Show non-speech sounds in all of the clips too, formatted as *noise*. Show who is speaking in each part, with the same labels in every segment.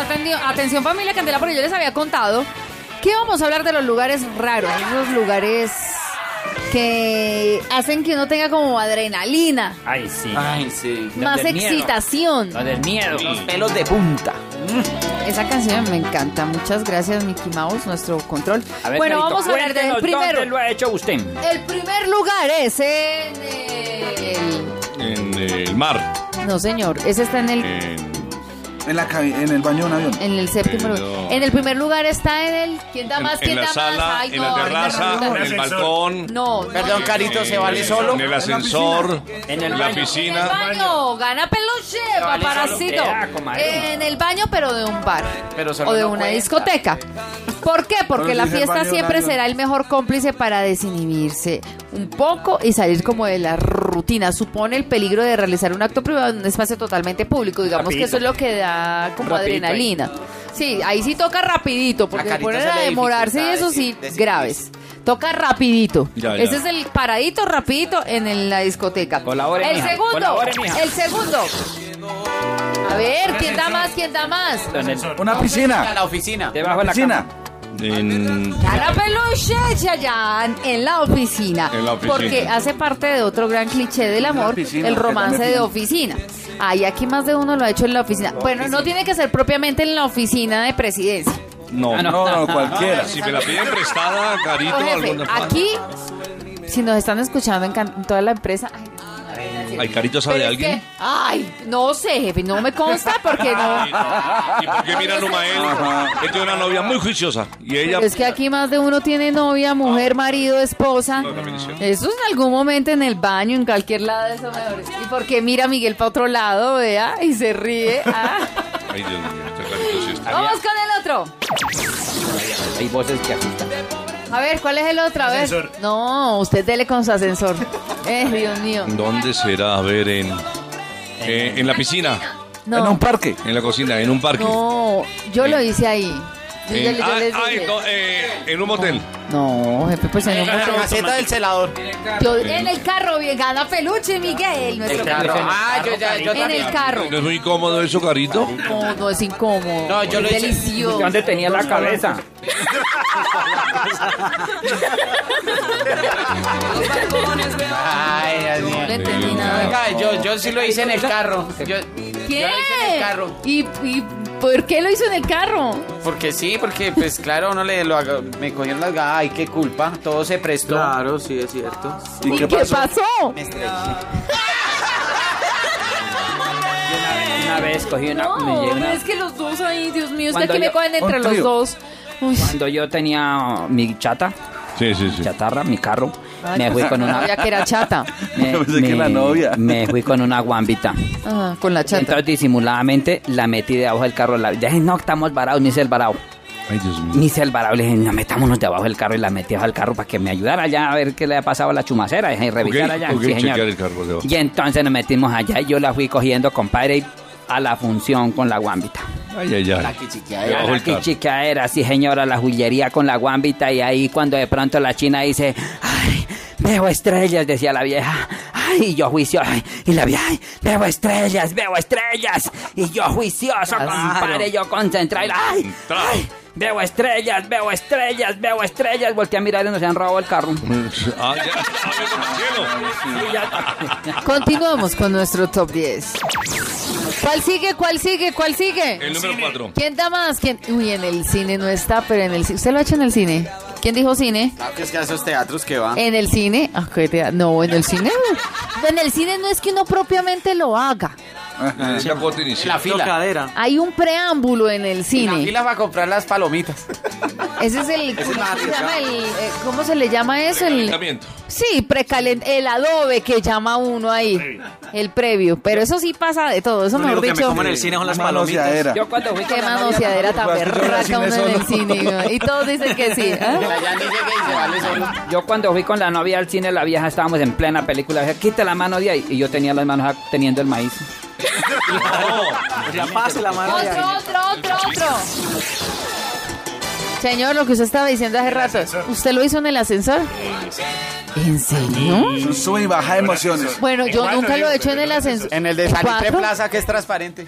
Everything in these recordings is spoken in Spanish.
Speaker 1: atendido. Atención familia Candela, porque yo les había contado que vamos a hablar de los lugares raros, esos lugares que hacen que uno tenga como adrenalina,
Speaker 2: Ay, sí.
Speaker 1: Ah.
Speaker 3: Ay, sí.
Speaker 2: Los
Speaker 1: más
Speaker 2: del miedo.
Speaker 1: excitación.
Speaker 2: Lo del miedo.
Speaker 3: Los pelos de punta.
Speaker 1: Esa canción me encanta. Muchas gracias, Mickey Mouse, nuestro control.
Speaker 2: A ver,
Speaker 1: bueno,
Speaker 2: Carito,
Speaker 1: vamos a hablar del
Speaker 2: cuéntenos
Speaker 1: primero.
Speaker 2: ¿Dónde lo ha hecho usted?
Speaker 1: El primer lugar es en el...
Speaker 4: En el mar.
Speaker 1: No, señor. Ese está en el...
Speaker 4: En...
Speaker 5: En, la, cabi- en el baño de un avión.
Speaker 1: En el séptimo
Speaker 4: Eh,
Speaker 1: lugar.
Speaker 4: no.
Speaker 1: En el primer lugar está en el... ¿Quién da
Speaker 4: en-
Speaker 1: más?
Speaker 4: en
Speaker 1: ¿Quién da
Speaker 4: la
Speaker 1: más?
Speaker 4: sala,
Speaker 1: Ay,
Speaker 4: en
Speaker 1: no,
Speaker 4: la
Speaker 1: no, no,
Speaker 4: terraza,
Speaker 1: no.
Speaker 4: en el balcón.
Speaker 1: No, no.
Speaker 3: Perdón, Carito, ¿se vale solo?
Speaker 4: En el ascensor,
Speaker 2: En
Speaker 4: en,
Speaker 2: el
Speaker 4: la
Speaker 2: baño.
Speaker 1: En el
Speaker 4: piscina.
Speaker 1: baño, gana peluche,
Speaker 2: vale
Speaker 1: paparacito.
Speaker 2: solo un pedaco, madre.
Speaker 1: En el baño, pero de un bar.
Speaker 3: Pero solo
Speaker 1: o de
Speaker 3: no
Speaker 1: una
Speaker 3: cuenta.
Speaker 1: discoteca. ¿Por qué? Porque la
Speaker 5: Pero si es el
Speaker 1: fiesta
Speaker 5: baño de un
Speaker 1: siempre
Speaker 5: avión.
Speaker 1: será el mejor cómplice para desinhibirse un poco y salir como de la rutina. Supone el peligro de realizar un acto privado en un espacio totalmente público. Digamos que
Speaker 2: Rapidito.
Speaker 1: eso es lo que da como
Speaker 2: Rapidito, ahí.
Speaker 1: adrenalina. Sí, ahí sí toca rapidito, porque
Speaker 3: A Carito
Speaker 1: poner
Speaker 3: se
Speaker 1: a
Speaker 3: le
Speaker 1: demorarse y
Speaker 3: dificulta
Speaker 1: eso sí,
Speaker 3: decir- decidirse.
Speaker 1: graves. Toca rapidito.
Speaker 4: Ya, ya.
Speaker 1: Ese es el paradito rapidito en, en la discoteca.
Speaker 2: Colabore,
Speaker 1: el
Speaker 2: mija,
Speaker 1: segundo.
Speaker 2: colabore, mija.
Speaker 1: El segundo. A ver, ¿quién da más? ¿Quién da más?
Speaker 2: En el-
Speaker 5: Una
Speaker 3: A
Speaker 5: piscina.
Speaker 3: la oficina.
Speaker 2: debajo de la
Speaker 5: Piscina.
Speaker 2: cama.
Speaker 4: En...
Speaker 1: Gana peluche, Chayanne, en la oficina.
Speaker 4: En la oficina.
Speaker 1: Porque hace parte de otro gran cliché del amor,
Speaker 5: oficina,
Speaker 1: el romance
Speaker 5: en
Speaker 1: de
Speaker 5: la
Speaker 1: oficina. Ay, aquí más de uno lo ha hecho en la oficina. Bueno, no tiene que ser propiamente en la oficina de presidencia.
Speaker 4: Ah, No, no.
Speaker 5: Ah, No, no, cualquiera.
Speaker 4: Si me la piden prestada, carito,
Speaker 1: Oh, jefe,
Speaker 4: alguna
Speaker 1: aquí, si nos están escuchando en, can- en toda la empresa... ay, no.
Speaker 4: Ay, carito, ¿sabe
Speaker 1: Pero es
Speaker 4: alguien?
Speaker 1: que- ay, no sé, jefe, no me consta porque no...
Speaker 4: ¿Y por qué miran a él? Él tiene una novia muy juiciosa. Y ella.
Speaker 1: Pero es que aquí más de uno tiene novia, mujer, marido, esposa.
Speaker 4: No, la bendición.
Speaker 1: Eso en algún momento en el baño, en cualquier lado de esos mejores. Y porque mira a Miguel para otro lado, vea, y se ríe. ah.
Speaker 4: Ay, Dios mío, este carito sí está.
Speaker 1: Vamos con el otro.
Speaker 2: Hay voces que asustan.
Speaker 1: A ver, ¿cuál es el otro? A ver. No, usted dele con su ascensor. Eh, Dios mío.
Speaker 4: ¿Dónde será? A ver, en. eh, en la piscina,
Speaker 5: En un
Speaker 1: No,
Speaker 5: parque.
Speaker 4: en la cocina, en un parque.
Speaker 1: no, yo lo hice ahí. Yo ya
Speaker 4: En,
Speaker 1: le- yo
Speaker 4: ah,
Speaker 1: les
Speaker 4: ah,
Speaker 1: dije.
Speaker 4: ento- eh, en un motel.
Speaker 1: No, jefe, pues en un
Speaker 3: La caseta del celador.
Speaker 1: Yo en el carro, bien, gana peluche, Miguel, nuestro
Speaker 2: El carro.
Speaker 1: patrón.
Speaker 3: Ah, yo ya, yo
Speaker 1: En el
Speaker 3: también.
Speaker 1: carro.
Speaker 4: ¿No es muy incómodo eso, carito?
Speaker 1: No, no es incómodo.
Speaker 3: No, yo
Speaker 1: es
Speaker 3: lo hice-
Speaker 1: delicioso.
Speaker 2: ¿Dónde tenía la cabeza?
Speaker 3: Ay, Dios mío.
Speaker 1: No le entendí nada.
Speaker 3: Oiga, yo, yo sí lo hice en el carro. Yo,
Speaker 1: ¿Qué?
Speaker 3: Yo lo hice en el carro.
Speaker 1: ¿Y, y por qué lo hizo en el carro?
Speaker 3: Porque sí, porque pues claro, uno le lo haga- me cogieron las ganas, ay, qué culpa, todo se prestó.
Speaker 6: Claro, sí, es cierto.
Speaker 1: ¿Y, qué, pasó?
Speaker 3: Me estreché.
Speaker 2: Una vez cogí una.
Speaker 1: No,
Speaker 2: me llevé
Speaker 1: pero
Speaker 2: una-
Speaker 1: es que los dos ahí, Dios mío, es que
Speaker 2: Cuando
Speaker 1: aquí me
Speaker 2: yo-
Speaker 1: cogen entre
Speaker 5: un
Speaker 1: los
Speaker 5: trío.
Speaker 1: dos. Uy,
Speaker 2: Cuando yo tenía mi chata,
Speaker 4: Sí, sí, sí.
Speaker 2: chatarra, mi carro, me fui con una.
Speaker 1: ya que
Speaker 2: *laughs*
Speaker 1: era chata.
Speaker 3: *laughs*
Speaker 2: me-
Speaker 5: Yo pensé que
Speaker 2: me-
Speaker 5: la novia.
Speaker 2: Me fui con una guambita.
Speaker 1: Ah, con la chata.
Speaker 2: Entonces disimuladamente la metí debajo del carro. La, dije, no, estamos varados, ni se el varado.
Speaker 4: Ay, Dios mío.
Speaker 2: Ni se el varado. Le dije, no, metámonos debajo del carro y la metí debajo del carro para que me ayudara ya a ver qué le había pasado a la chumacera. Y revisar
Speaker 4: Ok,
Speaker 2: allá.
Speaker 4: ok,
Speaker 2: Sí, señor.
Speaker 4: chequear el carro debajo.
Speaker 2: Y entonces nos metimos allá y yo la fui cogiendo, compadre, y a la función con la guambita.
Speaker 4: Ay, ay, ay. Debajo
Speaker 2: La
Speaker 4: del carro.
Speaker 2: chica era, sí señora, la jullería con la guambita y ahí cuando de pronto la china dice, ay, veo estrellas, decía la vieja, ay, y yo juicioso, ay, y la vieja, ay, veo estrellas, veo estrellas, y yo juicioso,
Speaker 1: Claro.
Speaker 2: compadre, yo concentrado, y la, ay,
Speaker 4: Claro.
Speaker 2: ay, veo estrellas, veo estrellas, veo estrellas, volteé a mirar y nos han robado el carro.
Speaker 4: *laughs* Ah, ya. Ah, me tocó el cielo.
Speaker 1: Continuamos con nuestro top 10. ¿Cuál sigue? ¿Cuál sigue? ¿Cuál sigue?
Speaker 4: El número 4.
Speaker 1: ¿Quién da más? ¿Quién? Uy, en el cine no está, pero en el cine. ¿Usted lo ha hecho en el cine? ¿Quién dijo cine?
Speaker 3: Claro que es que a esos teatros que van.
Speaker 1: ¿En el cine? Ah, qué te- No, en el cine. *laughs* En el cine no es que uno propiamente lo haga.
Speaker 4: Esa cuota
Speaker 3: En la
Speaker 4: inicial.
Speaker 3: fila.
Speaker 6: Tocadera.
Speaker 1: Hay un preámbulo en el
Speaker 3: En la
Speaker 1: cine.
Speaker 3: fila va a comprar las palomitas.
Speaker 1: *laughs* Ese es el. ¿Cómo,
Speaker 3: más
Speaker 1: se, llama el, eh, ¿cómo se le llama eso? El,
Speaker 4: Calentamiento.
Speaker 1: sí, precalent, el adobe que llama uno ahí. El previo. Pero eso sí pasa de todo. Eso,
Speaker 6: Lo
Speaker 1: mejor
Speaker 6: único que me
Speaker 1: dicho.
Speaker 6: como en el cine son las
Speaker 5: Una manoseadera.
Speaker 6: palomitas.
Speaker 2: Yo cuando fui con
Speaker 1: Qué
Speaker 2: la novia-
Speaker 1: manoseadera tan
Speaker 5: Vas que yo voy al
Speaker 1: berraca uno
Speaker 5: cine
Speaker 1: en el
Speaker 5: solo.
Speaker 1: cine. ¿no? Y todos dicen que sí. ¿ah?
Speaker 3: La Yandy llega y se vale solo.
Speaker 2: Yo cuando fui con la novia al cine, la vieja estábamos en plena película, dije, quita la mano de ahí, y yo tenía las manos a- teniendo el maíz.
Speaker 6: Ya pase la mano.
Speaker 1: Otro, otro, otro, otro. Señor, lo que usted estaba diciendo hace rato, ¿usted lo hizo en el ascensor? ¿En serio?
Speaker 5: Son sube y baja de emociones.
Speaker 1: Bueno, yo nunca lo he hecho en el ascensor.
Speaker 3: En el de Salitre
Speaker 1: ¿Cuatro?
Speaker 3: Plaza, que es transparente.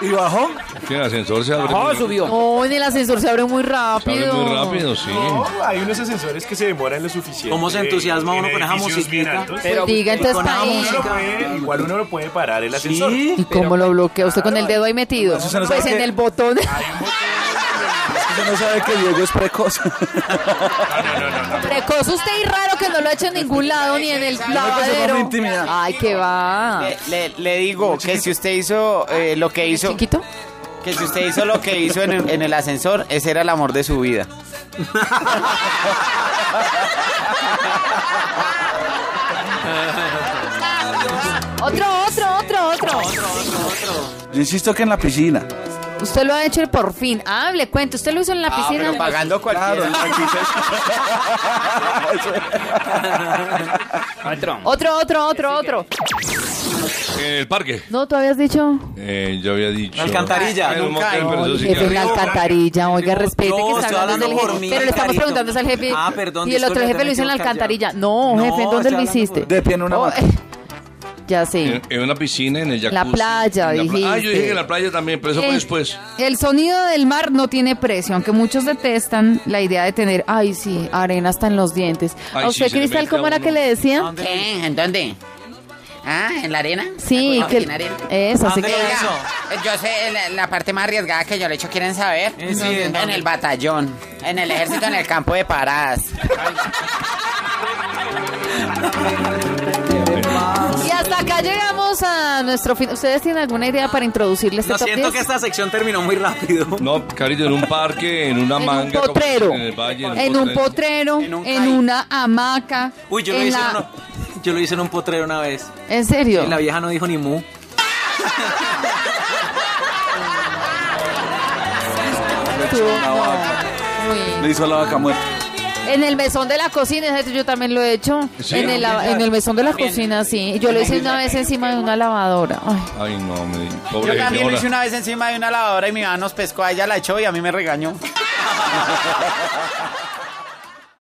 Speaker 5: ¿Y bajó?
Speaker 4: Sí, el ascensor se abre.
Speaker 2: Bajó,
Speaker 4: muy-
Speaker 2: Oh, subió.
Speaker 1: No, en el ascensor se abre muy
Speaker 4: se abre
Speaker 1: rápido.
Speaker 4: muy rápido, sí.
Speaker 7: No, hay unos ascensores que se demoran lo suficiente.
Speaker 6: ¿Cómo se entusiasma
Speaker 7: En
Speaker 6: uno con esa
Speaker 7: edificios bien
Speaker 6: musiquita?
Speaker 7: altos.
Speaker 1: Pues diga, entonces
Speaker 6: con
Speaker 1: pa'
Speaker 6: la
Speaker 1: ahí.
Speaker 7: Uno lo puede- igual uno lo puede parar el ascensor.
Speaker 6: Sí.
Speaker 1: ¿Y cómo lo bloquea usted con el dedo ahí metido?
Speaker 5: pues, Eso se nos
Speaker 1: Pues
Speaker 5: sabe
Speaker 1: en
Speaker 5: que-
Speaker 1: el botón.
Speaker 5: Usted no sabe que Diego es precoz.
Speaker 1: Precoz usted y raro que no lo ha hecho en ningún lado ni en el
Speaker 5: mi
Speaker 1: lavadero.
Speaker 5: intimidad.
Speaker 1: Ay, que va.
Speaker 3: Le, le- le digo que si usted hizo eh, lo que hizo,
Speaker 1: Chiquito.
Speaker 3: que si usted hizo lo que hizo en el, en el ascensor, ese era el amor de su vida.
Speaker 1: Otro, otro, otro, otro.
Speaker 5: Yo insisto que en la piscina.
Speaker 1: Usted lo ha hecho por fin. Hable, cuente. Usted lo hizo en la
Speaker 3: Ah,
Speaker 1: piscina.
Speaker 3: pero pagando cualquiera.
Speaker 5: *laughs*
Speaker 2: Otro.
Speaker 1: Otro, otro, otro, otro.
Speaker 4: En el parque.
Speaker 1: No, tú habías dicho.
Speaker 4: Eh, yo había dicho.
Speaker 6: La alcantarilla,
Speaker 4: En un
Speaker 6: nunca.
Speaker 4: hotel, pero eso sí
Speaker 1: Jefe,
Speaker 4: que-
Speaker 1: en la alcantarilla, oiga, respete
Speaker 6: No,
Speaker 1: que
Speaker 6: estoy
Speaker 1: está hablando
Speaker 6: hablando
Speaker 1: del
Speaker 6: por
Speaker 1: jefe.
Speaker 6: mí,
Speaker 1: Pero le estamos
Speaker 6: Carito.
Speaker 1: preguntando es al jefe.
Speaker 6: Ah, perdón,
Speaker 1: Y el otro
Speaker 6: disculpe,
Speaker 1: jefe lo hizo en la
Speaker 6: tenía que
Speaker 1: alcantarilla.
Speaker 6: callar.
Speaker 1: No,
Speaker 6: No,
Speaker 1: jefe, ¿dónde
Speaker 6: estoy
Speaker 1: lo
Speaker 6: hablando
Speaker 1: hiciste? Oh,
Speaker 5: por- De pie en una mata.
Speaker 1: *laughs* Ya sé.
Speaker 4: En, en una piscina, en el jacuzzi.
Speaker 1: La playa,
Speaker 4: en la pla- Ah,
Speaker 1: dijiste.
Speaker 4: yo dije en la playa también, pero eso fue
Speaker 1: Eh,
Speaker 4: después.
Speaker 1: El sonido del mar no tiene precio, aunque muchos detestan la idea de tener, ay sí, arena hasta en los dientes.
Speaker 4: Ay,
Speaker 1: ¿A
Speaker 4: sí,
Speaker 1: usted,
Speaker 4: se le
Speaker 1: Cristal,
Speaker 4: mete a
Speaker 1: cómo era
Speaker 4: uno.
Speaker 1: que le
Speaker 3: Ah,
Speaker 1: decían?
Speaker 6: ¿Dónde lo-
Speaker 8: ¿Qué? ¿En dónde? Ah, ¿en la arena?
Speaker 1: Sí,
Speaker 8: Ah,
Speaker 1: que...
Speaker 8: ¿En arena?
Speaker 1: Eso, así
Speaker 6: ¿Dónde
Speaker 1: que...
Speaker 6: lo hizo?
Speaker 8: Eh, Yo sé la, la parte más arriesgada que yo le he hecho, ¿quieren saber?
Speaker 6: Eh, sí, ¿en
Speaker 8: en,
Speaker 6: dónde?
Speaker 8: el batallón, en el ejército, en el campo de paradas.
Speaker 1: *laughs* Y hasta acá llegamos a nuestro fin. ¿Ustedes tienen alguna idea para introducirles este
Speaker 6: Lo
Speaker 1: top
Speaker 6: siento
Speaker 1: 10?
Speaker 6: que esta sección terminó muy rápido.
Speaker 4: No, carito, en un parque, en una
Speaker 1: En un
Speaker 4: manga. como
Speaker 1: potrero,
Speaker 4: En el valle.
Speaker 1: en un potrero,
Speaker 6: En un
Speaker 1: en
Speaker 6: cai.
Speaker 1: una hamaca.
Speaker 6: Uy, yo lo,
Speaker 1: en
Speaker 6: hice
Speaker 1: la-
Speaker 6: en uno- yo lo hice en un potrero una vez.
Speaker 1: ¿En serio?
Speaker 6: Y la vieja no dijo ni mu.
Speaker 1: Tú- no.
Speaker 5: Le hizo la vaca muerta.
Speaker 1: Uy. En el mesón de la cocina, ese yo también lo he hecho.
Speaker 4: Sí.
Speaker 1: En, el, lava- en el mesón de la cocina, sí. Yo lo hice una vez encima de una lavadora. Ay.
Speaker 4: Ay, no, me
Speaker 3: Yo
Speaker 4: pobre gente,
Speaker 3: también lo
Speaker 4: hola.
Speaker 3: hice una vez encima de una lavadora y mi mamá nos pescó, a ella la echó y a mí me regañó.